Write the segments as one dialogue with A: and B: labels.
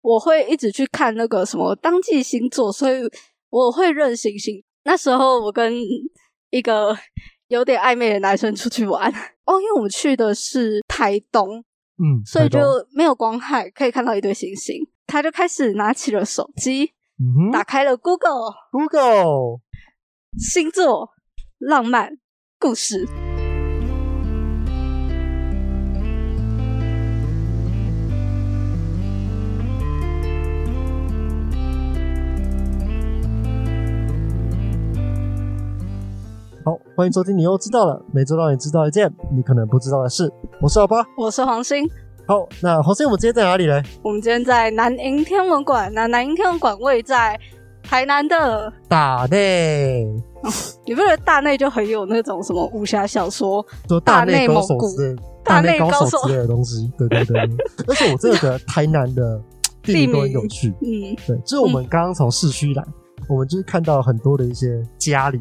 A: 我会一直去看那个什么当季星座，所以我会认星星。那时候我跟一个有点暧昧的男生出去玩，哦，因为我们去的是台东，
B: 嗯，
A: 所以
B: 台东
A: 就没有光害，可以看到一堆星星。他就开始拿起了手机，
B: 嗯哼
A: 打开了 Google
B: Google
A: 星座、浪漫故事。
B: 好，欢迎收听，你又知道了，每周让你知道一件你可能不知道的事。我是老八。
A: 我是黄星，
B: 好，那黄生，我们今天在哪里嘞？
A: 我们今天在南营天文馆。那南营天文馆位在台南的
B: 大内，
A: 你不觉得大内就很有那种什么武侠小说？
B: 说
A: 大
B: 内
A: 内
B: 高
A: 蒙
B: 手
A: 古
B: 之类，
A: 大
B: 内
A: 内高
B: 高
A: 手
B: 之类的东西。对 对对，而且我真的觉得台南的地理都很有趣。
A: 嗯，
B: 对，就是我们刚刚从市区来，我们就是看到很多的一些家里，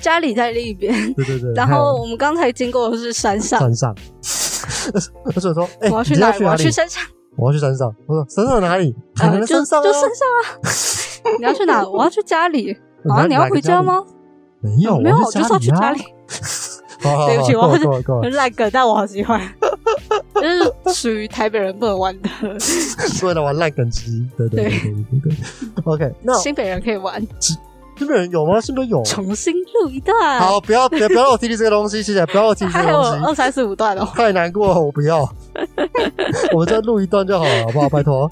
A: 家里在另一边，
B: 对对对，
A: 然
B: 还有
A: 后我们刚才经过的是山上。
B: 山上。 而且我说，哎、
A: 我要
B: 你
A: 去
B: 今天
A: 哪
B: 要
A: 里？我要
B: 去哪里
A: 去？山上，
B: 我要去山上。我说山上哪里？台南
A: 呃
B: 的
A: 就
B: 山上、啊
A: 就山上啊！ 你要去哪？我要去家 里。啊，你要回家？吗？哦
B: 哪哪个里没有，
A: 没有，
B: 我
A: 我就是要去
B: 家
A: 家
B: 里
A: 里
B: 啊。。 哦好好好
A: 对不起
B: 够了
A: 我
B: 够了 够了
A: 很烂梗，但我好喜 欢，就是属于台北人不能玩的，
B: 为了玩烂梗之一，对对对对对对对。OK，那哦
A: 新北人可以玩。
B: 日本人有吗？是不是有？
A: 重新录一段，
B: 好，不要不要不要让我提起这个东西，谢谢，不要让我提起这
A: 啊还
B: 个
A: 有
B: 东西，
A: 二三四五段哦。
B: 太难过了，我不要。 我们再录一段就好了，好 不好？拜托。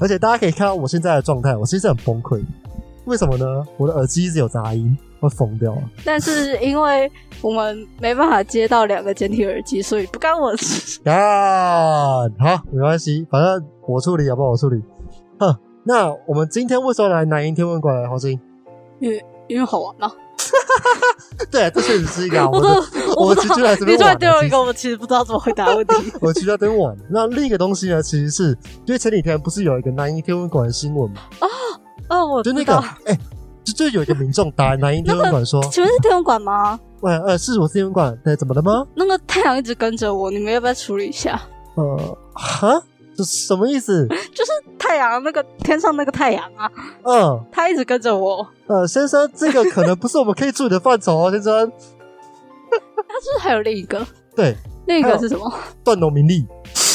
B: 而且大家可以看到我现在的状态，我其实很崩溃。为什么呢？我的耳机一直有杂音，会疯掉啊了。
A: 但是因为我们没办法接到两个简体耳机，所以不干我的事。
B: 啊，好，没关系，反正我处理，好不好？我处理。哼，那我们今天为什么来南营天文馆来黄金？
A: 因为好玩嘛。
B: 对，这确实是一个啊我
A: 都
B: 的，
A: 我
B: 其实来这
A: 你
B: 边
A: 突
B: 玩
A: 然
B: 的
A: 丢了一
B: 其实
A: 个，我其实不知道怎么回答的问题。
B: 我去那边玩。那另一个东西呢，其实是因为前几天不是有一个南营天文馆的新闻嘛，
A: 哦，我
B: 就
A: 知
B: 那个
A: 道，
B: 哎、就就有一个民众打来南营天文馆 说，
A: 请问是天文馆吗？
B: 喂，呃，是我是天文馆，对，怎么了吗？
A: 那个太阳一直跟着我，你们要不要处理一下？
B: 呃，哈，这什么意思？
A: 就是太阳那个天上那个太阳啊，
B: 嗯，
A: 它一直跟着我。
B: 呃，先生，这个可能不是我们可以处理的范畴哦，先生。
A: 它是不是还有另一个？
B: 对，
A: 另一
B: 还
A: 个
B: 有
A: 是什么？
B: 断农民力。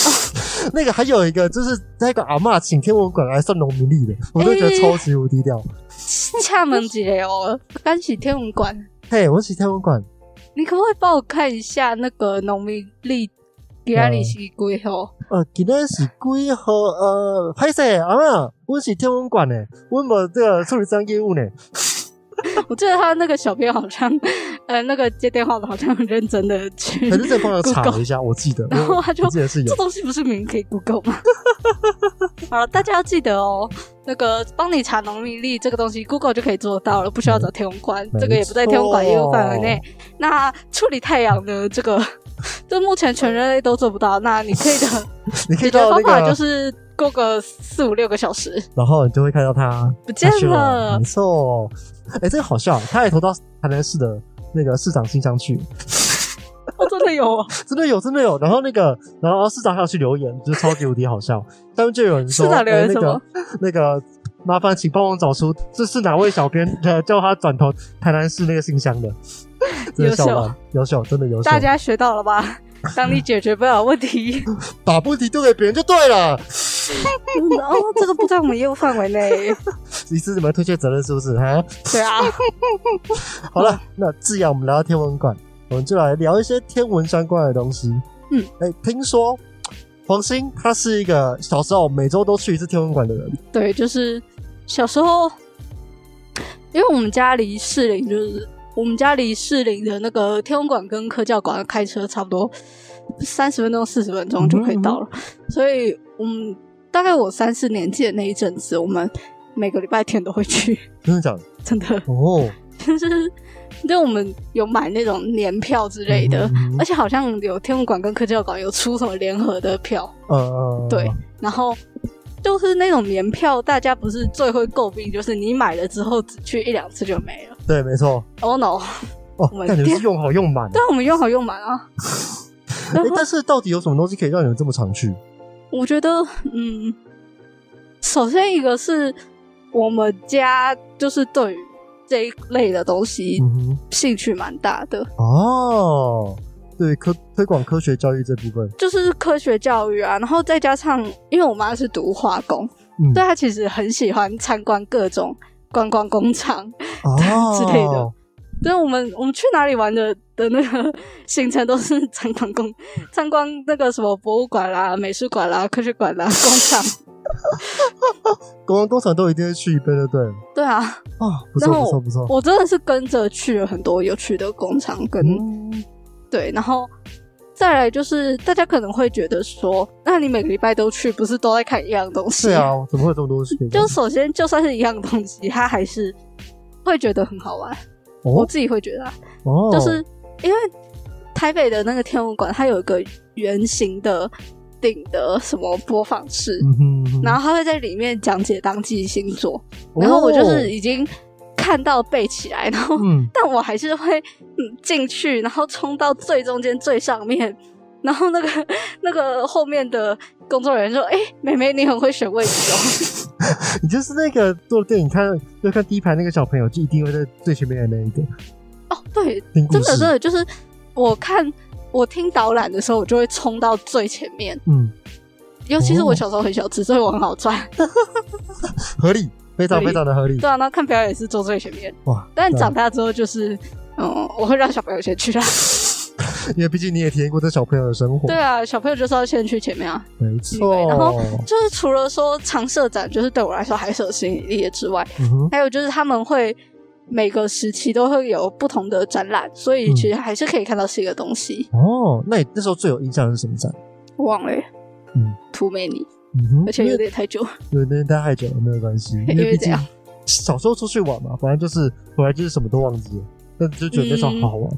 B: 那个还有一个就是那个阿嬷请天文馆来算农民力的，我都觉
A: 哎
B: 得超级无敌屌。
A: 厦门几雷哦，干洗天文馆，
B: 嘿，我请天文馆，
A: 你可不可以帮我看一下那个农民历给阿里西龟 哦？
B: 呃，今天是几号？呃，拍摄阿嬷，我是天文馆呢，我们这个处理这项 业务呢。
A: 我记得他那个小编好像，呃，那个接电话的好像很认真的去
B: 可是这帮我查了
A: Google
B: 一下，我记得，
A: 然后
B: 我
A: 他就
B: 我记得是有
A: 这。东西不是明明可以 Google 吗？ 好了，大家要记得哦，那个帮你查农民历这个东西，Google 就可以做到了，不需要找天文馆
B: 没，
A: 这个也不在天文馆业务范围内。那处理太阳呢？这个 这目前全人类都做不到。那你可以 的
B: 你可
A: 解决
B: 以到
A: 方
B: 那
A: 法
B: 个，
A: 就是过个四五六个小时
B: 然后你就会看到他
A: 不见
B: 他去
A: 了
B: 没。错，哎，这个好笑，他也投到台南市的那个市长信箱去。
A: 哦，真的有哦，
B: 真的有，真的有。然后那个，然后哦市长还有去留言，就是超级无敌好笑。 他们就有人说，
A: 市长留言
B: 呃
A: 什么
B: 那个那个，麻烦请帮我找出这是哪位小编， 呃，叫他转投台南市那个信 箱的。真的
A: 优秀
B: 笑烂，优秀，真的优秀。
A: 大家学到了 吧？当你解决不了问题，
B: 把问题丢给别人就对了。
A: 嗯哦，这个不在我们业务范围内。
B: 你是你们推卸责任是不是？哈，
A: 对啊，
B: 好
A: 嗯
B: 了，那既然我们来到天文馆，我们就来聊一些天文相关的东西。
A: 嗯，
B: 哎、听说黄兴他是一个小时候每周都去一次天文馆的人。
A: 对，就是小时候，因为我们家离士林就是我们家离士林的那个天文馆跟科教馆开车差不多三十分钟、四十分钟就可以到了，
B: 嗯
A: 所以我们大概我三四年级的那一阵子，我们每个礼拜天都会去，
B: 真的假的？
A: 真的
B: 哦，
A: 就是就我们有买那种年票之类的。
B: 嗯哼
A: 而且好像有天文馆跟科教馆有出什么联合的票，
B: 呃，
A: 对，然后就是那种年票，大家不是最会诟病，就是你买了之后只去一两次就没了。
B: 对，没错。
A: Oh no！
B: 哦
A: 我，们
B: 感觉是用好用满。
A: 但我们用好用满啊。
B: 哎，但是到底有什么东西可以让你们这么常去？
A: 我觉得，嗯，首先一个是我们家就是对于这一类的东西
B: 嗯哼，
A: 兴趣蛮大的，
B: 哦，对科推广科学教育这部分，
A: 就是科学教育啊，然后再加上因为我妈是读化工，
B: 嗯，
A: 对她其实很喜欢参观各种观光工厂，
B: 哦
A: 之类的，对，我们我们去哪里玩的的那个行程都是参观公参观那个什么博物馆啦、美术馆啦、科学馆啦、 工厂。
B: 国王工厂都一定会去一遍，对不对？
A: 对啊，
B: 啊，不
A: 然
B: 错
A: 后
B: 不错不错，
A: 我真的是跟着去了很多有趣的工厂跟，
B: 嗯，
A: 对，然后再来就是大家可能会觉得说，那你每个礼拜都去，不是都在看一样东西？
B: 是。啊，怎么会有这么多东西可以看？
A: 就首先就算是一样东西，他还是会觉得很好玩。我
B: 哦
A: 自己会觉得啊、
B: 哦，
A: 就是因为台北的那个天文馆，它有一个圆形的顶的什么播放室，
B: 嗯哼，嗯哼
A: 然后它会在里面讲解当季星座，然后我就是已经看到背起来，然后、
B: 哦嗯，
A: 但我还是会嗯进去，然后冲到最中间最上面。然后那个 那个后面的工作人员说：“哎、妹妹，你很会选位置哦。
B: 你就是那个做电影看要看第一排那个小朋友，就一定会在最前面的那一个”
A: 哦， 对，
B: 听故
A: 真
B: 事，
A: 的真的就是我看我听导览的时候，我就会冲到最前面，
B: 嗯，
A: 尤其是
B: 哦
A: 我小时候很小只，所以我很好赚。
B: 合理，非常
A: 合理
B: 非常的合理
A: 对，啊，那看表演也是坐最前面，
B: 哇！啊
A: 但长大之后就是，嗯，我会让小朋友先去啦。
B: 哦因为毕竟你也体验过这小朋友的生 活，
A: 对啊，小朋友就是要先去前面啊。
B: 没错。
A: 然后
B: 哦
A: 就是除了说常设展就是对我来说还是有吸引力的之外，
B: 嗯哼，
A: 还有就是他们会每个时期都会有不同的展览，所
B: 嗯
A: 以其实还是可以看到新的东西。
B: 哦，那你那时候最有印象的是什么展？
A: 我忘了、
B: 嗯，
A: 图美你，
B: 嗯哼，
A: 而且有点啊太久。
B: 因为对，那待太久了没有关系，因
A: 因为
B: 毕
A: 怎
B: 竟
A: 样
B: 小时候出去玩嘛，反正就是回来就是什么都忘记了，但就觉得那时候
A: 嗯
B: 好好玩。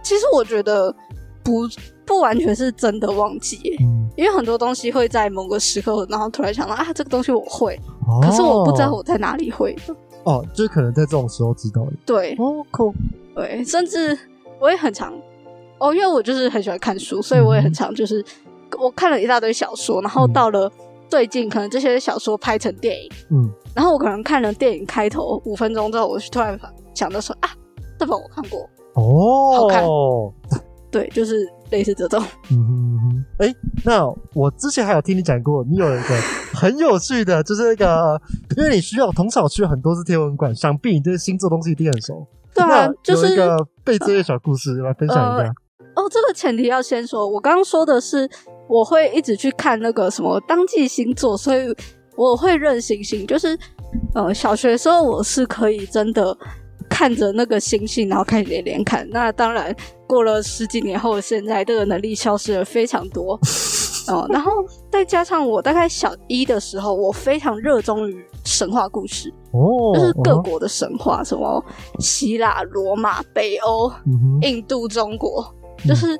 A: 其实我觉得不不完全是真的忘记耶、
B: 嗯，
A: 因为很多东西会在某个时刻，然后突然想到啊，这个东西我会，
B: 哦
A: 可是我不知道我嗯在哪里会的。
B: 哦，就是可能在这种时候知道的。
A: 对
B: 哦，酷，
A: 对，甚至我也很常哦，因为我就是很喜欢看书，所以我也很常就是我看了一大堆小说，然后
B: 嗯
A: 到了最近，可能这些小说拍成电影，
B: 嗯，
A: 然后我可能看了电影开头五分钟之后，我就突然想到说啊，这本我看过，好看
B: 哦，
A: 对，就是类似这种。
B: 嗯哼嗯哼，哎、那我之前还有听你讲过，你有一个很有趣的，就是那个，因为你需要从小去很多次天文馆，想必你对星座东西一定很熟。
A: 对啊
B: 那，
A: 就
B: 有
A: 是
B: 一个被追的小故事，来分享一下。
A: 哦，这个前提要先说，我刚刚说的是我会一直去看那个什么当季星座，所以我会认星星。就是呃，小学的时候我是可以真的看着那个星星，然后开始连连看。那当然，过了十几年后，现在这个能力消失了非常多。哦、然后再加上我大概小一的时候，我非常热衷于神话故事，
B: 哦，
A: 呃就是各
B: 哦
A: 国的神话，什么希腊、罗马、北欧，
B: 嗯哼，
A: 印度、中国，
B: 嗯
A: 就是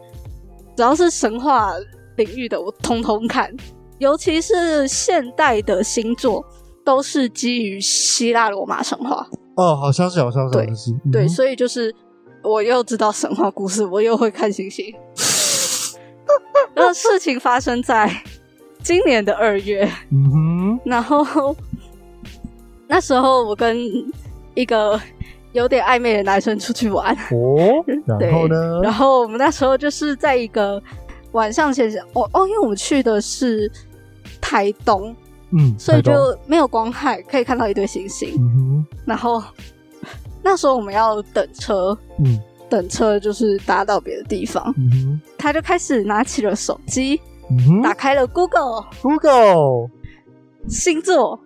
A: 只要是神话领域的，我通通看。尤其是现代的星座，都是基于希腊罗马神话，
B: 哦，好像是，好像是，好像是，嗯哼
A: 对，所以就是我又知道神话故事，我又会看星 星。那事情发生在今年的二月，
B: 嗯哼，
A: 然后那时候我跟一个有点暧昧的男生出去玩，
B: 哦，
A: 对
B: 然后呢？
A: 然后我们那时候就是在一个晚上先生，哦哦，因为我们去的是台东，
B: 嗯，
A: 所以
B: 台东，
A: 就没有光害，可以看到一堆星星。
B: 嗯
A: 然后 那时候我们要等车，
B: 哼，嗯
A: 等车就是搭到别的地方，
B: 嗯哼，
A: 他就开始拿起了手机，
B: 嗯哼
A: 打开了 Google
B: ，Google，
A: 星座、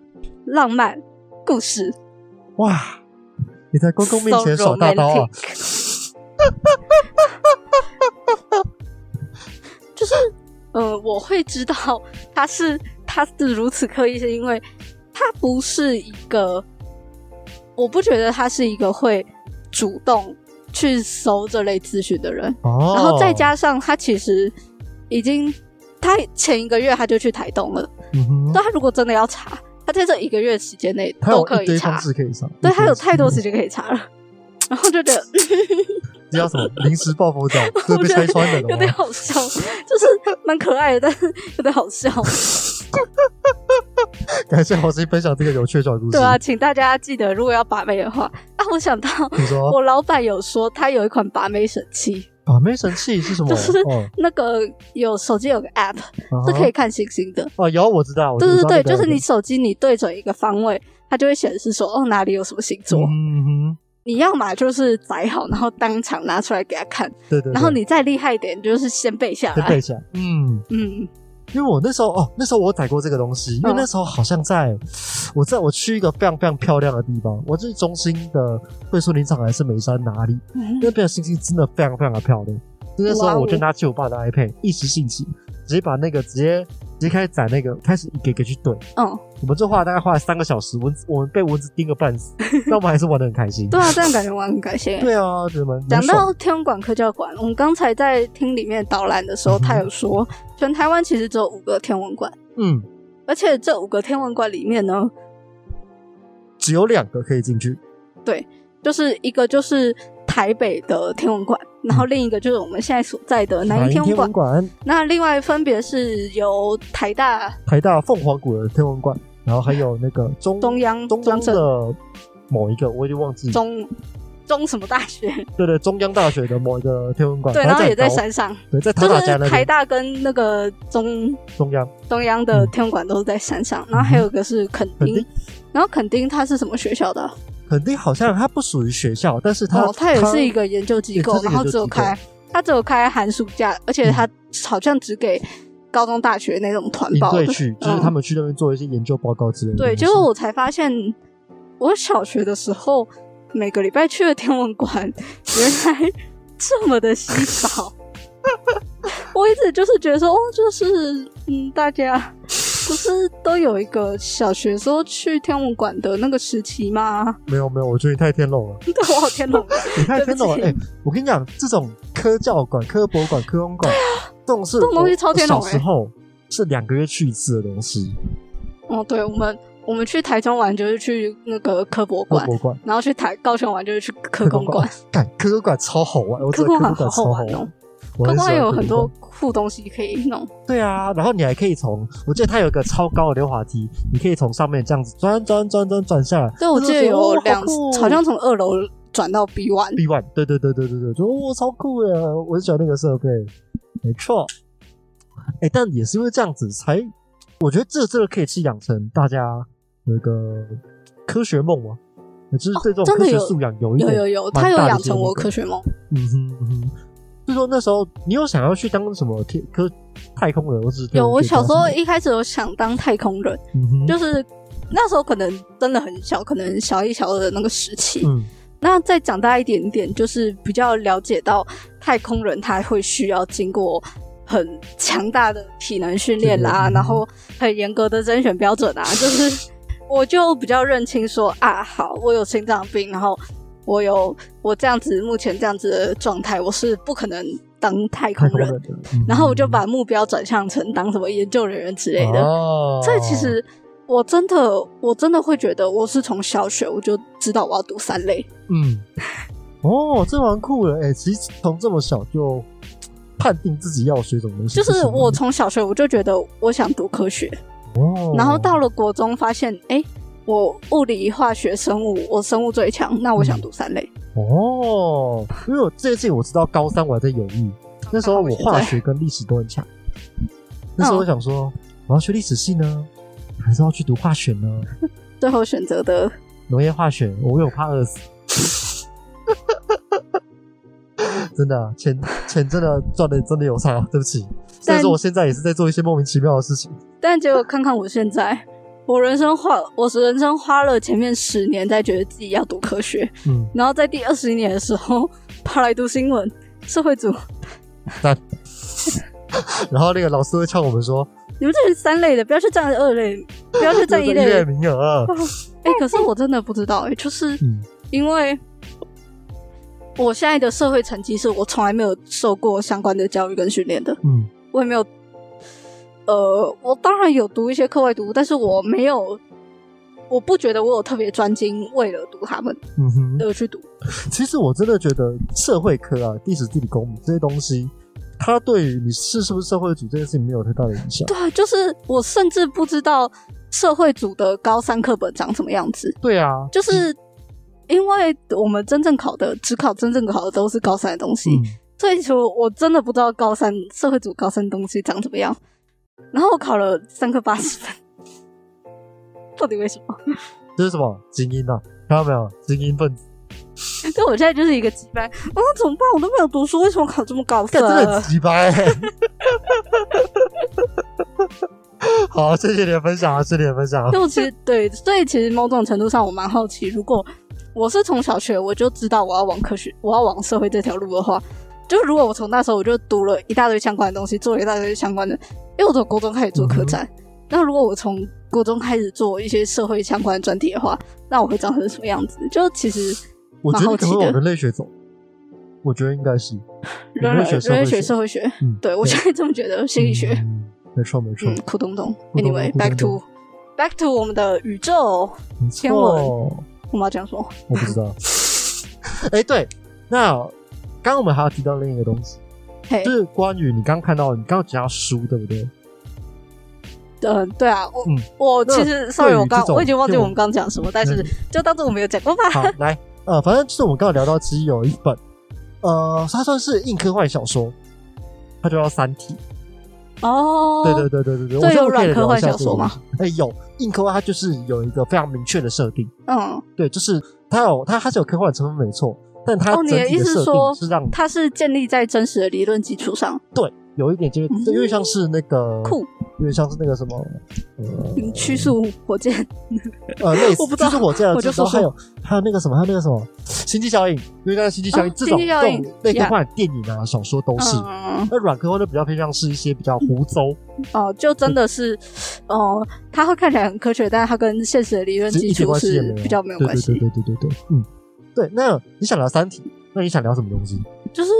A: 浪漫故事，
B: 哇，你在公公面前
A: so
B: 耍大刀啊！
A: romantic 就是，呃，我会知道他是他是如此刻意，是因为他不是一个，我不觉得他是一个会主动去搜这类资讯的人。
B: 哦，
A: 然后再，加上他其实已经，他前一个月他就去台东了，
B: 嗯哼
A: 那、，他如果真的要查，他在这一个月时间内
B: 他
A: 都
B: 有
A: 可
B: 一
A: 以
B: 堆
A: 查
B: 方。式可以上，
A: 对他有太多时
B: 间，
A: 间可以查了， 然后就觉得
B: 这叫什么？临时抱佛脚，这
A: 我
B: 是被
A: 觉得
B: 拆穿的
A: 有点
B: 了吗？
A: 好笑，就是蛮可爱的，但是有点好笑。
B: 感谢黄鑫分享这个有趣的小故事。
A: 对啊，，请大家记得，如果要把妹的话，啊，我想到
B: 你说啊
A: 我老板有说他有一款把妹神器，
B: 把妹神器是什 么？
A: 就是
B: 哦，
A: 那个有手机有个 app
B: 啊
A: 是可以看星星的。
B: 哦，有我知道，我
A: 对
B: 知
A: 对
B: 道
A: 对，
B: 那
A: 就
B: 个
A: 是你手机你对准一个方位，它就会显示说哦哪里有什么星座。
B: 嗯哼，
A: 你要嘛就是载好，然后当场拿出来给他看，
B: 对对，对
A: 然后你再厉害一点，就是先背下
B: 再
A: 来
B: 背。起来，嗯，
A: 嗯，
B: 因为我那时候哦，那时候我有载过这个东西，因为
A: 嗯
B: 那时候好像在我在我去一个非常非常漂亮的地方，我就是中心的惠树林场还是眉山哪里，那边的星星真的非常非常的漂亮。那时
A: 哇
B: 候
A: 哦
B: 我就拿起我爸的 iPad，一时兴起，直接把那个直接直接开始载那个，开始一个一个去对。
A: 嗯，
B: 我们这花了大概花了三个小时，蚊子我们被蚊子叮个 半死，但我们还是玩的很开心。
A: 对啊，这样感觉我很开心。
B: 对啊，怎么
A: 讲到天文馆科教馆，我们刚才在听里面导览的时候，
B: 嗯哼
A: 他有说，全台湾其实只有五个天文馆，
B: 嗯，
A: 而且这五个天文馆里面呢，
B: 只有两个可以进去，
A: 就是一个就是台北的天文馆，然后另一个就是我们现在所在的南
B: 南
A: 瀛天文
B: 文
A: 馆。
B: 馆、
A: 那另外分别是由台大、
B: 台大凤凰谷的天文馆，然后还有那个中
A: 中央、
B: 中央的某一个，我已经忘记，
A: 中中什么大学，
B: 对对，中央大学的某一个天文馆，
A: 对，然
B: 反
A: 后
B: 正
A: 也在
B: 哦很高，
A: 山上，
B: 对，在塔
A: 就
B: 塔家
A: 是
B: 那
A: 台
B: 边，
A: 大跟那个中
B: 中央
A: 中央
B: 嗯
A: 的天文馆都是在山上，然后还有一个是垦
B: 肯
A: 丁
B: 定，
A: 然后垦丁它是什么学校的啊？
B: 肯定好像它不属于学校，但是它
A: 哦，它也是一个研究机构，
B: 也是一个
A: 然后只有
B: 研究机构嗯
A: 开，它只有开寒暑假，而且它好像只给高中、大学那种团
B: 营
A: 报的嗯
B: 队， 去，就是他们去那边做一些研究报告之类的东西。
A: 对，结果我才发现，我小学的时候每个礼拜去的天文馆，原来这么的稀少。 我一直就是觉得说，哦，就是嗯，大家不是都有一个小学时候去天文馆的那个时期吗？
B: 没有没有，我觉得你太天龙了，
A: 对，我好天龙，
B: 你太天龙了。
A: 对
B: 哎
A: 不，
B: 我跟你讲，这种科教馆、科博馆、科文馆，这种是
A: 啊这种东西超天龙欸
B: 我小时候是两个月去一次的东西，
A: 哦，对，我们我们去台中玩就是去那个科博
B: 科
A: 馆，
B: 博馆。
A: 然后去台高雄玩就是去科工馆，，
B: 干科工馆超好玩，我觉
A: 科
B: 得
A: 工
B: 科
A: 馆
B: 工
A: 好
B: 馆
A: 好
B: 超
A: 玩
B: 玩
A: 哦。。
B: 我
A: 科
B: 很喜
A: 工
B: 欢
A: 馆有很
B: 科
A: 多
B: 工馆
A: 酷东西可以弄，
B: 对啊，然后你还可以从，我记得它有一个超高的溜滑梯，你可以从上面这样子转转转转转下来。
A: 对，我记得有两，好
B: 哦
A: 哦
B: 好
A: 像从二楼转到 B one，
B: B one，对对对对对对，就哇、超酷耶！我很喜欢那个设备，没错。哎，但也是因为这样子才，我觉得这这个可以去养成大家那个科学梦嘛，就是对这种
A: 哦真
B: 科
A: 的
B: 学
A: 有
B: 素养有一
A: 有
B: 点
A: 有有，
B: 蛮
A: 他有
B: 大的
A: 养
B: 一些
A: 成
B: 那
A: 我
B: 个
A: 科学梦。
B: 嗯哼嗯哼，就说那时候你有想要去当什么天科太空人，或是
A: 有，我小时候
B: 就
A: 一开始有想当太空人，
B: 嗯哼
A: 就是那时候可能真的很小，可能小一、小二的那个时期。
B: 嗯
A: 那再长大一点点，就是比较了解到太空人他会需要经过很强大的体能训练啦，
B: 训练嗯
A: 然后很严格的甄选标准 啊，就是我就比较认清说啊，好，我有心脏病，然后我有我这样子目前这样子的状态，我是不可能当太空
B: 太空
A: 人，
B: 人嗯的，
A: 然后我就把目标转向成当什么研究人员之类的。
B: 哦，
A: 所以其实我真的我真的会觉得，我是从小学我就知道我要读三类。
B: 嗯，哦，这蛮酷的哎、其实从这么小就判定自己要学什么东西，
A: 就
B: 这
A: 是
B: 蛮
A: 我从小学我就觉得我想读科学，
B: 哦，
A: 然后到了国中发现，哎、我物理、化学、生物，我生物最强，那
B: 嗯
A: 我想读三类。
B: 哦，因为我这件事情我知道高三我还在犹豫，那
A: 啊
B: 时候我化学跟历史都很强，那
A: 嗯
B: 时候我想说我要学历史系呢，还是要去读化学呢？
A: 最后选择的，
B: 农业化学，我有怕饿死。 真的啊，钱钱真的赚的真的有差，对不起。
A: 但
B: 但是我现在也是在做一些莫名其妙的事情。
A: 但结果看看我现在，我人生花，我人生花了前面十年在觉得自己要读科学，
B: 嗯，
A: 然后在第二十年的时候跑来读新闻、社会组，
B: 然后那个老师会呛我们说，
A: 你们这是三类的，不要去占二类，不要去
B: 这
A: 占
B: 是
A: 一
B: 一
A: 类
B: 类 名额。啊
A: 哎、可是我真的不知道哎、就是
B: 嗯
A: 因为我现在的社会成绩是我从来没有受过相关的教育跟训练的，
B: 嗯
A: 我也没有，呃，我当然有读一些课外读物，但是我没有，我不觉得我有特别专精为了读他们
B: 嗯哼，
A: 而去读。
B: 其实我真的觉得社会科啊、历史、地理、公民这些东西，它对于你是是不是社会主义这件事情没有太大的影响。
A: 对啊，就是我甚至不知道社会组的高三课本长什么样子，
B: 对啊，
A: 就是因为我们真正考的只考真正考的都是高三的东西，
B: 嗯，
A: 所以说我真的不知道高三社会组高三东西长怎么样。然后我考了三科八十分， 到底为什么？
B: 这是什么精英啊？看到没有，精英分子，
A: 对我现在就是一个鸡掰，啊，怎么办？我都没有读书，为什么考这么高
B: 看
A: 分？
B: 真的很鸡掰、 欸。好，谢谢你的分享啊，谢谢你的分享啊。
A: 就我其实对，所以其实某种程度上，我蛮好奇，如果我是从小学我就知道我要往科学，我要往社会这条路的话，就如果我从那时候我就读了一大堆相关的东西，做了一大堆相关的，因为我从国中开始做科展，
B: 嗯
A: 那如果我从国中开始做一些社会相关的专题的话，那我会长成什么样子？就其实
B: 我觉
A: 蛮
B: 得你
A: 好奇
B: 可能会
A: 的
B: 往人类学走，我觉得应该是
A: 人
B: 人类学、社
A: 类
B: 会
A: 学、
B: 学、
A: 社会学，
B: 嗯
A: 对我现在这么觉得，心理学，
B: 嗯没错没错
A: 嗯，，苦东东。
B: 苦东东
A: Anyway，back
B: 苦东
A: to back to 我们的宇宙，
B: 没
A: 天文
B: 错。
A: 我们要讲什么？
B: 我不知道。 哎、对，那刚刚我们还要提到另一个东西，
A: 嘿
B: 就，是关于你刚看到，你刚刚讲到书，对不 对？
A: 嗯，对啊，我、
B: 嗯
A: 我
B: 那
A: 其实 sorry，
B: 对于
A: 我刚
B: 这种
A: 我已经忘记
B: 这种嗯
A: 我们刚讲什么，但是就当做我没有讲过吧。
B: 好，来，呃，反正就是我们刚刚聊到，其实有一本，呃，它算是硬科幻小说，它就叫《三体》。
A: 哦，
B: 对对对对对对，
A: 这
B: 我觉得
A: 有
B: 我可以
A: 软科
B: 聊一
A: 幻
B: 下
A: 小
B: 这
A: 说
B: 个
A: 吗
B: 东西？哎、有硬科幻，它就是有一个非常明确的设定，
A: 嗯，
B: 对，就是它有它它是有科幻成分没错，但它
A: 哦
B: 整
A: 你的
B: 体
A: 意思是
B: 设
A: 说
B: 定是让
A: 它是建立在真实的理论基础上，
B: 有一点就是
A: 嗯
B: 有点像是那个
A: 酷，
B: 有点像是那个什么呃
A: 嗯趋速火箭，
B: 呃，类似，
A: 我不知道
B: 就是我这样
A: 我就
B: 知道，
A: 说
B: 还有还有那个什么，还有那个什么星际效应，因为那个星际效应、
A: 哦
B: 这种
A: 星际效应
B: 这种类科
A: yeah
B: 幻电影啊、小说都是。
A: 嗯，
B: 那软科幻就比较偏向是一些比较胡诌，
A: 哦、就真的是，哦、它会看起来很科学，但是它跟现实的理论
B: 嗯其实
A: 基
B: 一点
A: 础
B: 关系
A: 是
B: 也没有，
A: 比较没有关系
B: 对。对对对对对对，嗯，对。那你想聊《三体》，那你想聊什么东西？
A: 就是《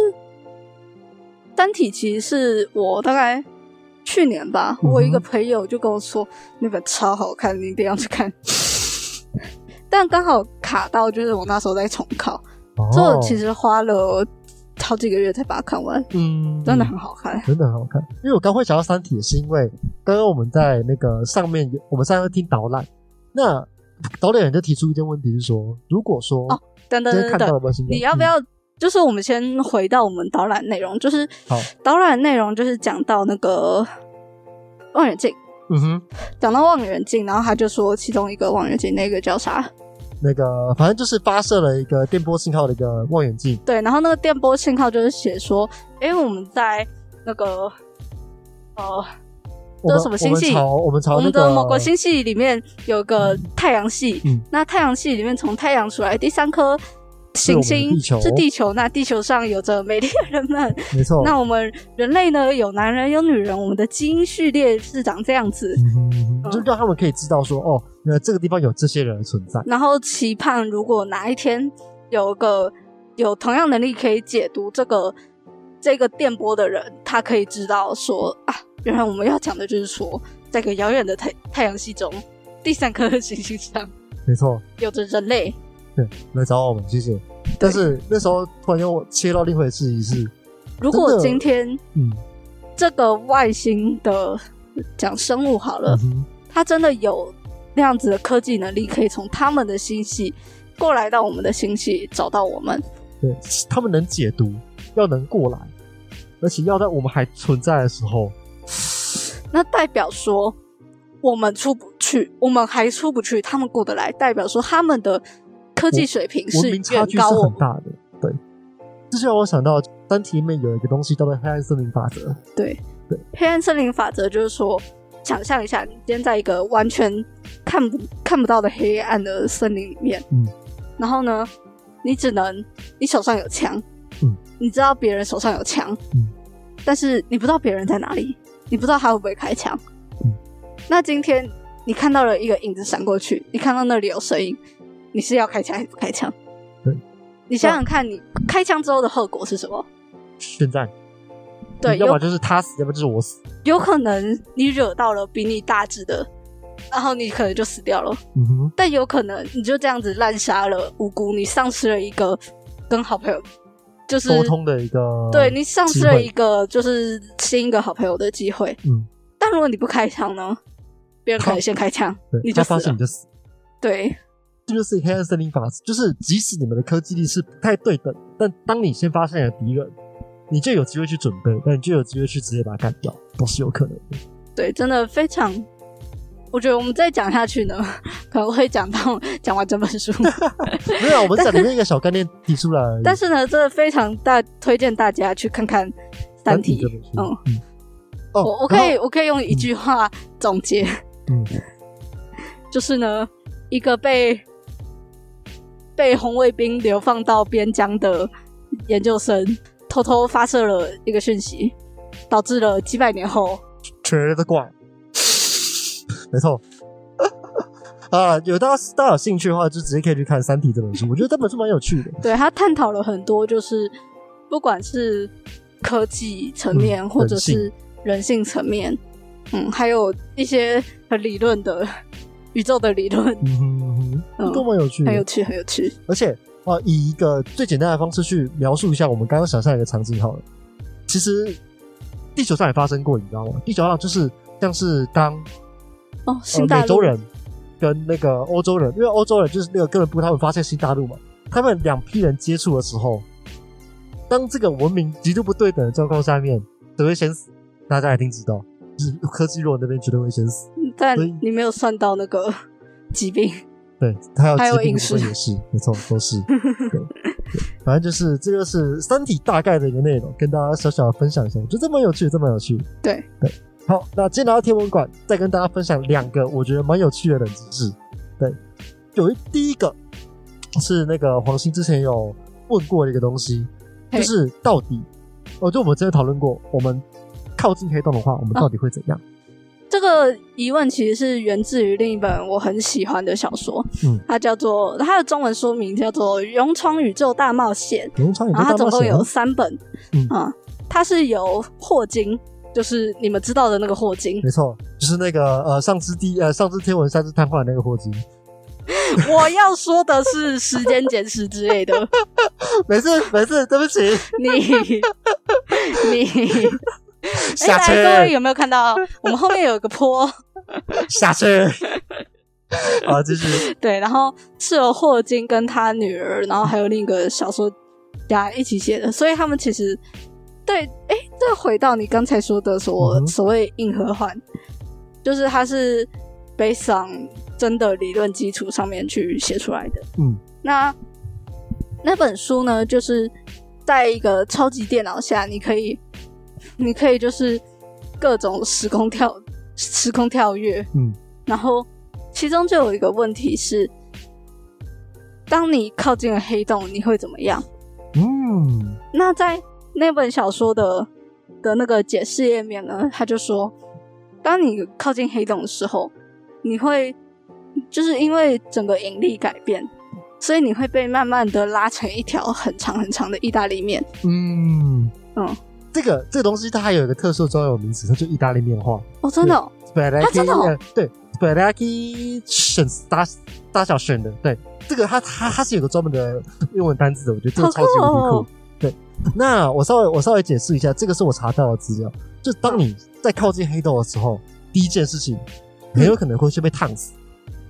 A: 三体》，其实是我大概去年吧，
B: 嗯哼
A: 我一个朋友就跟我说那本超好看，你一定要去看。 但刚好卡到，就是我那时候在重考，所以
B: 哦
A: 我，其实花了好几个月才把它看完，
B: 嗯，
A: 真的很好看。
B: 真的很好看。因为我刚会想到《三体》，是因为刚刚我们在那个上面有，我们上面听导览，那导览人就提出一件问题，是说，如果说
A: 哦等
B: 今
A: 等
B: 天
A: 等
B: 看到
A: 等，
B: 了外星人，
A: 你要不
B: 嗯
A: 要？就是我们先回到我们导览内容，就是
B: 好
A: 导览内容就是讲到那个望远镜，
B: 嗯哼，
A: 讲到望远镜，然后他就说其中一个望远镜那个叫啥？
B: 那个反正就是发射了一个电波信号的一个望远镜，
A: 对，然后那个电波信号就是写说，因为我们在那个呃
B: 我们
A: 这是什么星系
B: 我们朝我们朝
A: 我
B: 那
A: 们
B: 个
A: 的某个星系里面有个太阳系，
B: 嗯
A: 那太阳系里面从太阳出来第三颗行
B: 是我们
A: 星
B: 的地球
A: 是地球，那地球上有着美丽的人们，
B: 没错。
A: 那我们人类呢有男人有女人，我们的基因序列是长这样子。
B: 嗯 就让他们可以知道说，哦，那这个地方有这些人的存在。
A: 然后期盼如果哪一天有个有同样能力可以解读这个这个电波的人，他可以知道说啊，原来我们要讲的就是说，在一个遥远的太太阳系中，第三颗行星上
B: 没错，
A: 有着人类。
B: 对，来找我们，谢谢。但是那时候突然又切到另一回事情是，
A: 如果
B: 真的
A: 今天
B: 嗯，
A: 这个外星的讲生物好了
B: 嗯，哼
A: 它真的有那样子的科技能力，可以从他们的星系过来到我们的星系找到我们，
B: 对，他们能解读，要能过来，而且要在我们还存在的时候，
A: 那代表说我们出不去，我们还出不去，他们过得来，代表说他们的科技水平
B: 文
A: 是
B: 明差
A: 远
B: 距是
A: 高哦我
B: 很
A: 们。
B: 大的。对，这就让我想到《三体》里面有一个东西叫做黑暗森林法则。
A: 对
B: 对，
A: 黑暗森林法则就是说，想象一下，你今天在一个完全看不看不到的黑暗的森林里面，
B: 嗯，
A: 然后呢，你只能你手上有枪，
B: 嗯，
A: 你知道别人手上有枪，
B: 嗯，
A: 但是你不知道别人在哪里，你不知道他会不会开枪，
B: 嗯，
A: 那今天你看到了一个影子闪过去，你看到那里有声音，你是要开枪还是不开枪？
B: 对，
A: 你想想看，你开枪之后的后果是什么？
B: 现在，
A: 对，
B: 要
A: 有
B: 么就是他死，要么就是我死。
A: 有可能你惹到了比你大只的，然后你可能就死掉了；
B: 嗯哼，
A: 但有可能你就这样子滥杀了无辜，你丧失了一个跟好朋友，就是
B: 沟通的一个，
A: 对你丧失了
B: 机会
A: 一个就是新一个好朋友的机会。
B: 嗯，
A: 但如果你不开枪呢？别人可能先开 枪，
B: 对，
A: 你就
B: 他发
A: 死
B: 现
A: 了
B: 你就死，
A: 对
B: 这就是黑暗森林法则，就是即使你们的科技力是不太对等，但当你先发现了敌人，你就有机会去准备，那你就有机会去直接把它干掉，都是有可能的。
A: 对，真的非常。我觉得我们再讲下去呢， 可能会讲到讲完整本 书。
B: 没有啊，我们讲里面一个小概念提出来而已，
A: 但是呢，真的非常大推荐大家去看看《三体
B: 这》本书，
A: 嗯
B: 嗯，哦，
A: 我我
B: 然
A: 可
B: 后
A: 以我可以用一句话总结，
B: 嗯，
A: 就是呢，一个被被红卫兵流放到边疆的研究生，偷偷发射了一个讯息，导致了几百年后，
B: 全人都怪，没错。 啊，有大家大家有兴趣的话，就直接可以去看《三体》这本书。我觉得这本书蛮有趣的，
A: 对他探讨了很多，就是不管是科技层面，
B: 嗯
A: 或者
B: 人性
A: 是人性层面，嗯，还有一些很理论的宇宙的理论，
B: 嗯哼嗯
A: 嗯
B: 哼，都蛮有趣的。
A: 很有趣，很有趣。
B: 而且啊，以一个最简单的方式去描述一下我们刚刚想象的一个场景好了。其实地球上也发生过，你知道吗？地球上就是像是当、
A: 哦，新
B: 呃、
A: 大
B: 美
A: 陆
B: 洲人跟那个欧洲人，因为欧洲人就是那个哥伦布他们发现新大陆嘛，他们两批人接触的时候，当这个文明极度不对等的状况下面，谁会先死？大家一定知道，就是科技弱的那边绝对会先死。
A: 但
B: 所以
A: 你没有算到那个 疾病。
B: 对，还有
A: 还有
B: 疾病
A: 饮
B: 部分
A: 食
B: 也是，没错，都是。对，对反正就是这就是《三体》大概的一个内容，跟大家小小的分享一下，我觉得这蛮有趣的，这蛮有趣的。
A: 对
B: 对，好，那今天来到天文馆，再跟大家分享两个我觉得蛮有趣的冷知识。对，有一第一个是那个黄鑫之前有问过的一个东西，就
A: 嘿
B: 是到底，哦，就我们之前讨论过，我们靠近黑洞的话，
A: 啊
B: 我们到底会怎样？
A: 这个疑问其实是源自于另一本我很喜欢的小说，
B: 嗯
A: 它叫做它的中文书名叫做《勇闯宇宙大冒险》，
B: 永昌宇宙
A: 然后它
B: 哦大
A: 啊总
B: 冒
A: 共
B: 险
A: 有
B: 吗，
A: 三本，
B: 嗯，
A: 啊，它是由霍金，就是你们知道的那个霍金
B: 没错，就是那个呃上知地呃上知天文下知瘫痪的那个霍金。
A: 我要说的是《时间简史》之类的，
B: 没事没事，对不起，
A: 你你。哎，
B: 下
A: 大家各位
B: 去
A: 有没有看到？我们后面有一个坡，
B: 下去。 好，继续。
A: 对，然后是由霍金跟他女儿，然后还有另一个小说家一起写的，所以他们其实对，哎，这回到你刚才说的所、
B: 嗯哼
A: 所谓硬核幻，就是它是 based on 真的理论基础上面去写出来的。
B: 嗯，
A: 那那本书呢，就是在一个超级电脑下，你可以，你可以就是各种时空跳时空跳跃，
B: 嗯，
A: 然后其中就有一个问题是，当你靠近了黑洞，你会怎么样？
B: 嗯，
A: 那在那本小说的的那个解释页面呢，他就说，当你靠近黑洞的时候，你会就是因为整个引力改变，所以你会被慢慢的拉成一条很长很长的意大利面。
B: 嗯，
A: 嗯，
B: 这个这个东西它还有一个特殊的专有名词，它就意大利面化。
A: 哦，真的、哦，
B: s p a g h e t
A: 真
B: t
A: 的哦
B: 对 s p a g h e t t 选大大小选的，对这个它它它是有个专门的英文单字的，我觉得这个超级无
A: 好
B: 敌
A: 酷
B: 酷。
A: 哦
B: 对，那我稍微我稍微解释一下，这个是我查到的资料，就当你在靠近黑洞的时候，第一件事情很有可能会去被烫死，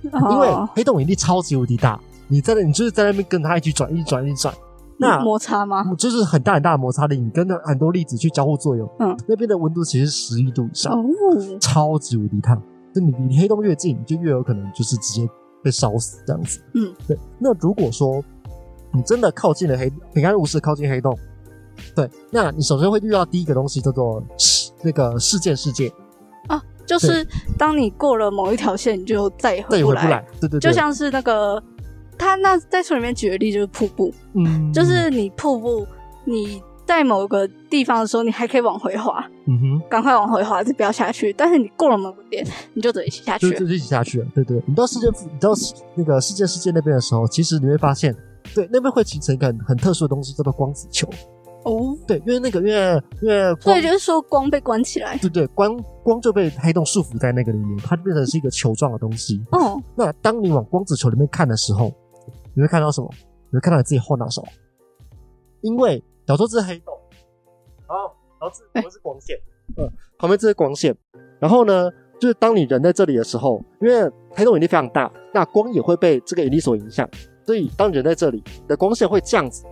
B: 因为
A: 哦，
B: 黑洞引力超级无敌大，你在那你就是在那边跟着它一起转，一起转，一起转，那
A: 摩擦吗？
B: 就是很大很大的摩擦力，你跟很多粒子去交互作用，
A: 嗯，
B: 那边的温度其实十亿度以上。
A: 哦，
B: 超级无敌烫，就你离黑洞越近，你就越有可能就是直接被烧死这样子。
A: 嗯，
B: 对。那如果说你真的靠近了黑，平安无事地靠近黑洞，对，那你首先会遇到第一个东西叫做事那个事件世界，
A: 就是当你过了某一条线，你就再也
B: 再
A: 回
B: 也
A: 不
B: 回
A: 来。
B: 不来。对对对，
A: 就像是那个他那在书里面举的例就是瀑布，
B: 嗯，
A: 就是你瀑布，你在某个地方的时候，你还可以往回滑，
B: 嗯哼，
A: 赶快往回滑，就不要下去。但是你过了某个点，你就得下
B: 就
A: 去
B: 就。就一起下去了。对对，你到事件你到那个事件世界那边的时候，其实你会发现，对那边会形成一个很很特殊的东西，叫做光子球。
A: 哦，
B: 对，因为那个因为因为
A: 所
B: 光
A: 以就是说光被关起来。
B: 对对，光光就被黑洞束缚在那个里面，它就变成是一个球状的东西。
A: 哦，
B: 那当你往光子球里面看的时候，你会看到什么？你会看到你自己后脑勺，因为假如说这是黑洞，然后然后这
A: 哎
B: 旁边是光线，嗯，旁边这是光线，然后呢，就是当你人在这里的时候，因为黑洞引力非常大，那光也会被这个引力所影响，所以当人在这里，你的光线会这样子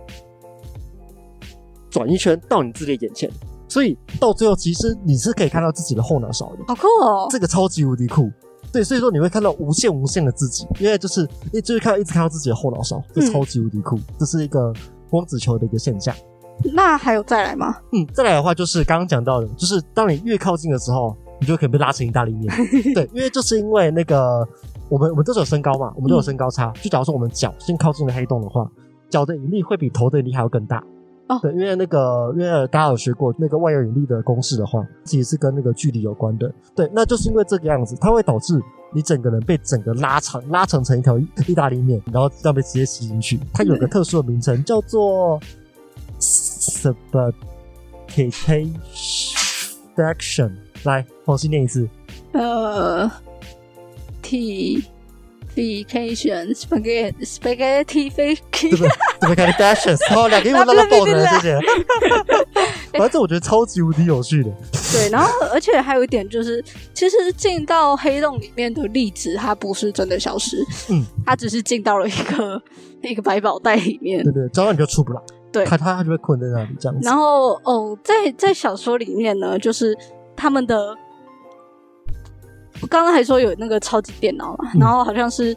B: 转一圈到你自己的眼前，所以到最后其实你是可以看到自己的后脑勺的。
A: 好酷哦！
B: 这个超级无敌酷。对，所以说你会看到无限无限的自己，因为就是一就是看到一直看到自己的后脑勺，这
A: 嗯
B: 超级无敌酷，这是一个光子球的一个现象。
A: 那还有再来吗？
B: 嗯，再来的话就是刚刚讲到的，就是当你越靠近的时候，你就可以被拉成意大利面。对，因为就是因为那个我们我们都是有身高嘛，我们都有身高差。就假如说我们脚先靠近了黑洞的话，脚的引力会比头的引力还要更大。
A: 哦
B: 对，因为那个因为大家有学过那个万有引力的公式的话，其实是跟那个距离有关的。对，那就是因为这个样子，它会导致你整个人被整个拉长拉长成一条意大利面，然后这样被直接吸进去。它有个特殊的名称叫做 s p a k a t a c t i o n 来，重新念一次。
A: 呃，T vacation spaghetti spaghetti vacation，
B: 怎么感觉 dashes？哦，两个英文都爆的，谢谢。反正我觉得超级无敌有趣的，
A: 对，然后而且还有一点就是，其实进到黑洞里面的粒子，它不是真的消失，
B: 嗯，
A: 它只是进到了一个一个百宝袋里面
B: 对。对，找到你就出不来，
A: 对
B: 他他他就会困在那里这样子
A: 然。后哦，在在小说里面呢，就是他们的，我刚刚还说有那个超级电脑嘛，
B: 嗯
A: 然后好像是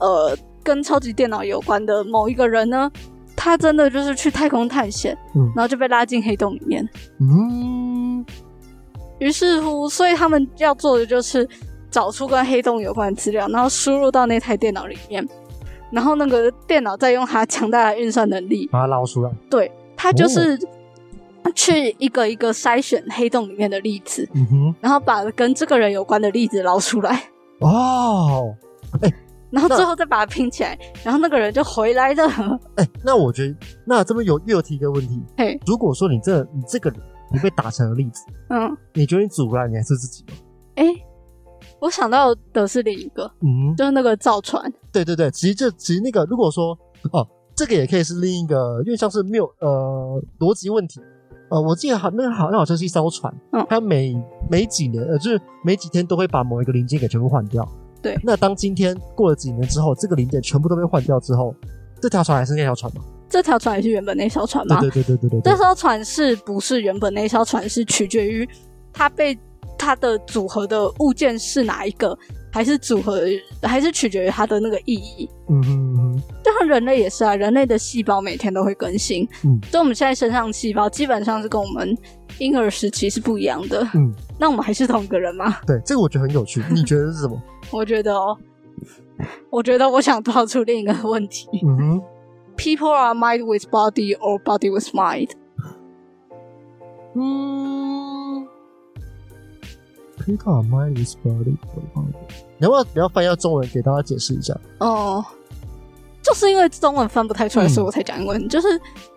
A: 呃跟超级电脑有关的某一个人呢，他真的就是去太空探险，
B: 嗯
A: 然后就被拉进黑洞里面。
B: 嗯，
A: 于是乎，所以他们要做的就是找出跟黑洞有关的资料，然后输入到那台电脑里面，然后那个电脑再用它强大的运算能力，
B: 把它捞出来。
A: 对，它就是去一个一个筛选黑洞里面的粒子，
B: 嗯哼，
A: 然后把跟这个人有关的粒子捞出来，
B: 哦，
A: 然后
B: 那
A: 最后再把它拼起来，然后那个人就回来了。
B: 哎、那我觉得，那这边有又有提一个问题
A: 嘿，
B: 如果说你这你这个人你被打成了例子，
A: 嗯，
B: 你觉得你组不来，你还是自己吗？
A: 哎、我想到的是另一个，
B: 嗯，
A: 就是那个造船，
B: 对对对，其实这其实那个如果说哦，这个也可以是另一个，因为像是没有呃逻辑问题。呃，我记得好，那个好，那好像是一艘船，
A: 嗯
B: 它每每几年，呃，就是每几天都会把某一个零件给全部换掉。
A: 对
B: 那当今天过了几年之后，这个零件全部都被换掉之后，这条船还是那条船吗？
A: 这条船也是原本那艘船吗？
B: 对对对对对对
A: 这
B: 对。
A: 艘船啊是不是原本那艘船是取决于它被它的组合的物件是哪一个，还是组合还是取决于它的那个意义。
B: 嗯哼嗯哼，
A: 就像人类也是啊，人类的细胞每天都会更新，
B: 嗯，
A: 所以我们现在身上的细胞基本上是跟我们婴儿时期是不一样的。
B: 嗯，
A: 那我们还是同一个人吗？
B: 对，这个我觉得很有趣。你觉得是 什么？
A: 我觉得哦，我觉得我想抛出另一个问题
B: 嗯哼，
A: ：People are mind with body or body with mind？
B: 嗯，Pick up my is body。你要不要你要翻译到中文给大家解释一下？
A: 哦，就是因为中文翻不太出来，
B: 嗯
A: 所以我才讲英文。就是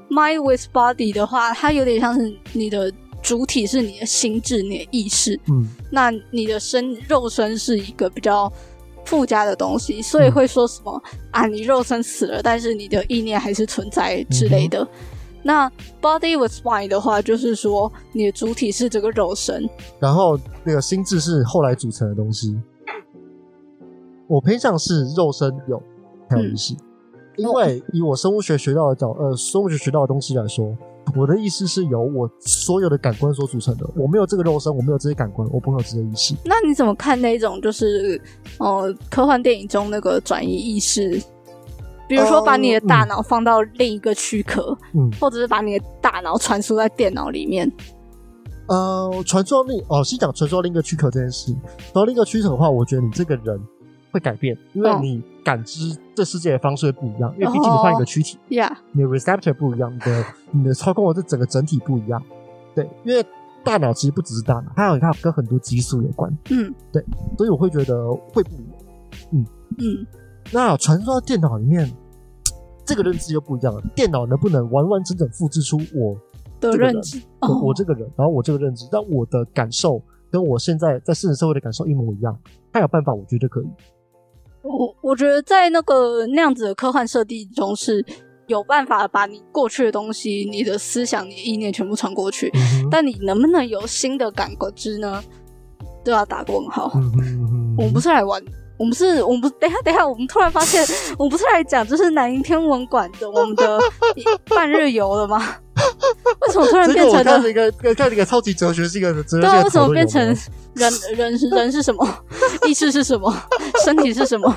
A: mind with body 的话，它有点像是你的主体是你的心智、你的意识，
B: 嗯
A: 那你的身肉身是一个比较附加的东西，所以会说什么、啊，你肉身死了，但是你的意念还是存在之类的。那 body with mind 的话，就是说你的主体是这个肉身，
B: 然后那个心智是后来组成的东西。我偏向是肉身有还有意识，因为以我生物学学到的角呃生物学学到的东西来说，我的意识是由我所有的感官所组成的。我没有这个肉身，我没有这些感官，我不会有这些意识。
A: 那你怎么看那种就是呃科幻电影中那个转移意识？比如说
B: 哦
A: 把你的大脑放到另一个躯壳，
B: 嗯
A: 或者是把你的大脑传输在电脑里面。
B: 呃，传说另哦，先讲传说另一个躯壳这件事。然后另一个躯壳的话，我觉得你这个人会改变，因为
A: 嗯
B: 你感知这世界的方式会不一样，因为毕竟你换一个躯体。
A: 呀、
B: 你的 receptor 不一样，你的你的操控的这整个整体不一样。对，因为大脑其实不只是大脑，它有它跟很多激素有关，
A: 嗯
B: 所以我会觉得会不一样。
A: 嗯，
B: 那传说到电脑里面，这个认知又不一样了。电脑能不能完完整整复制出我
A: 的
B: 这个人
A: 认知，
B: 我
A: 哦
B: 我这个人，然后我这个认知，但我的感受跟我现在在现实社会的感受一模一样？它有办法，我觉得可以。
A: 我我觉得在那个那样子的科幻设定中是有办法把你过去的东西、你的思想、你的意念全部传过去，
B: 嗯嗯哼
A: 但你能不能有新的感知呢？对他打过问号。
B: 嗯哼嗯哼
A: 我们不是来玩，我们是，我们不，等一下，等一下，我们突然发 现，我们不是来讲就是南瀛天文馆的我们的半日游了吗？为什么突然
B: 这
A: 变
B: 个我
A: 成
B: 看
A: 了？
B: 了一个看了一个超级哲学性的哲学性的
A: 对啊，为什
B: 讨
A: 么
B: 论
A: 变
B: 有没有
A: 成人人人是什么？ 意识是什么？身体是什么？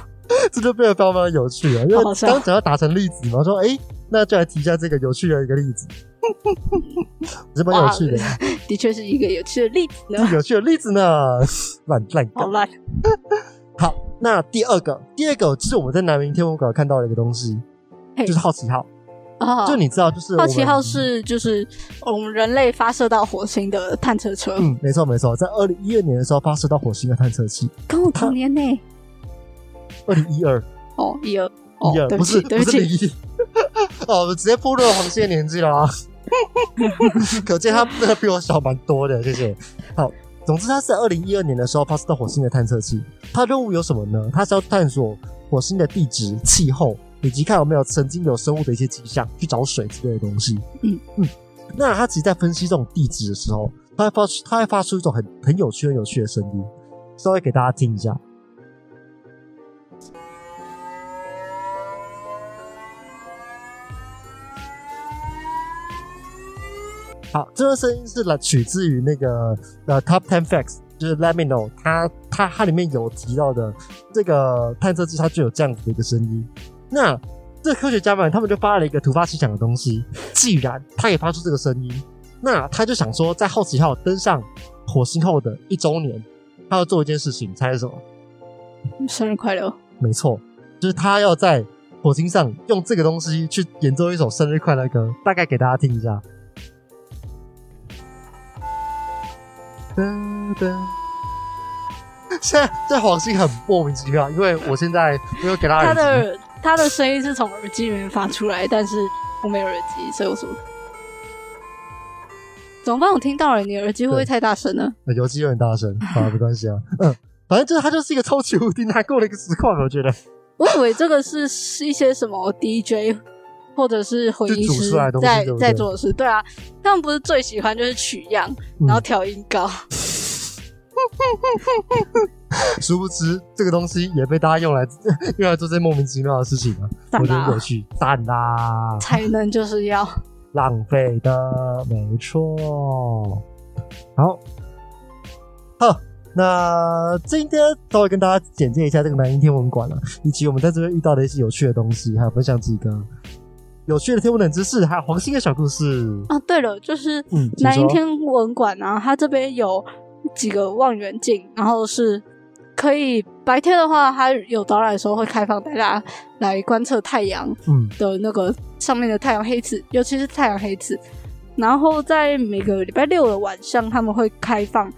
B: 这就变得非常非常有趣了，因为
A: 好好
B: 刚
A: 笑
B: 讲到达成粒子嘛，说哎、诶那就来提一下这个有趣的一个例子，是蛮有趣的，
A: 的确是一个有趣的例子呢。
B: 有趣的例子呢，烂烂
A: 好
B: 梗。
A: 啦，
B: 好，那第二个，第二个就是我们在南明天文馆看到的一个东西，
A: 嘿
B: 就是好奇号。
A: 啊，
B: 就你知道，就是
A: 好奇
B: 我们
A: 号是就是我们人类发射到火星的探测车，
B: 嗯，没错没错，在二零一二年的时候发射到火星的探测器，
A: 跟我同年呢。
B: 二零一二
A: 哦，一二，哦
B: 一二，
A: 对不
B: 不是
A: 起，
B: 不
A: 对不
B: 是零
A: 起，
B: 一， 哦，我直接步入了黄蟹年纪了啊！ 可见他真的比我小蛮多的，谢谢。好，总之它是二零一二年的时候发射到火星的探测器，它任务有什么呢？它是要探索火星的地质、气候，以及看有没有曾经有生物的一些迹象，去找水之类的东西。
A: 嗯
B: 嗯，那它其实在分析这种地质的时候，它会发出它会发出一种很很有趣、很有趣的声音，稍微给大家听一下。好，这个声音是来取自于那个呃 Top Ten Facts，就是 Let Me Know，它它它里面有提到的这个探测器，它就有这样子的一个声音。那这科学家们他们就发了一个突发奇想的东西，既然它也发出这个声音，那他就想说，在好奇号登上火星后的一周年，他要做一件事情，猜是什么？
A: 生日快乐！
B: 没错，就是他要在火星上用这个东西去演奏一首生日快乐歌，大概给大家听一下。哒哒。现在在火星很莫名其妙，因为我现在没有给大
A: 他
B: 家耳机，
A: 的他的声音是从耳机里面发出来，但是我没有耳机，所以我说怎么办？我听到了，你的耳机会不会
B: 对
A: 太大声呢？
B: 呃有机有点大声，好，没关系啊，嗯，反正就是它就是一个超级无敌难过的一个实况，我觉得。
A: 我以为这个是是一些什么 DJ 或者是混音
B: 就组
A: 师
B: 出来的东西
A: 在
B: 对不对
A: 在做的事。对啊，他们不是最喜欢就是取样，
B: 嗯
A: 然后调音高。
B: 殊不知这个东西也被大家用来 用来做这些莫名其妙的事情啊，
A: 赞
B: 我觉
A: 啦
B: 得有趣，赞啦，
A: 才能就是要
B: 浪费的，没错。好，好，那今天稍微跟大家简介一下这个南音天文馆了、以及我们在这边遇到的一些有趣的东西，还有分享几个有趣的天文冷知识，还有黄星的小故事。
A: 啊。对了，就是
B: 嗯，请
A: 南
B: 说
A: 瀛天文馆啊，它这边有几个望远镜，然后是可以白天的话，它有导览的时候会开放大家来观测太阳
B: 嗯
A: 的那个上面的太阳黑子，尤其是太阳黑子。然后在每个礼拜六的晚上，他们会开放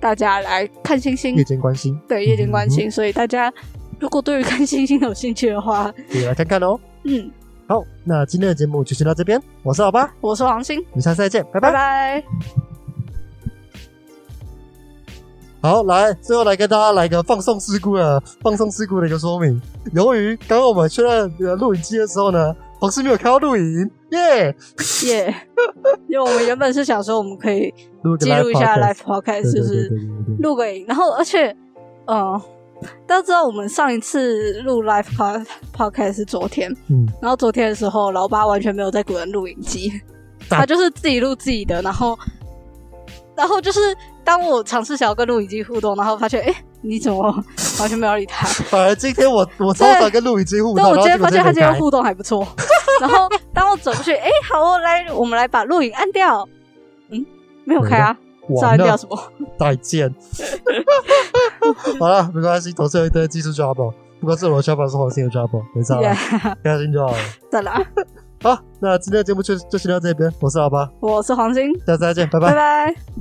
A: 大家来看星星
B: 夜，间关心，
A: 对夜间
B: 嗯
A: 观星。所以大家如果对于看星星有兴趣的话，
B: 可以来看看哦。
A: 嗯，
B: 好，那今天的节目就先到这边，我是老八，
A: 我是王星，
B: 我们下次再见，拜
A: 拜。
B: 拜
A: 拜。
B: 好，来，最后来跟大家来个放送事故的放送事故的一个说明。由于刚刚我们确认呃录影机的时候呢，黄师没有开到录影，耶、
A: 耶 因为我们原本是想说我们可以
B: 录一个
A: 记录一下
B: live
A: live
B: podcast，
A: podcast，就
B: 对对对
A: 是
B: 对对对对
A: 录个影，然后而且，嗯，大家知道我们上一次录 live pod- podcast 是昨天，
B: 嗯，
A: 然后昨天的时候老八完全没有在古人录影 机，
B: 啊
A: 他就是自己录自己的，然后，然后就是当我尝试想要跟录影机互动，然后发现，哎、你怎么完全没有理他？
B: 反而今天我我超想跟录影机互动，
A: 但我今天
B: 然后
A: 发
B: 结
A: 现
B: 果
A: 他今天
B: 没
A: 互动还不错。 然后当我走过去，哎、好哦，来，我们来把录影按掉。嗯，没有开啊，
B: 开
A: 是
B: 完
A: 按
B: 了
A: 掉，什 么？
B: 再见。 好了，没关系，总是有一堆技术 trouble，不管是我的 trouble 还是黄星的 trouble，没差啦，
A: Yeah，
B: 开心就好了。
A: 在哪？
B: 好，那今天的节目就就先到这边，我是老八，
A: 我是黄鑫，
B: 下次再见，拜拜
A: 拜。拜。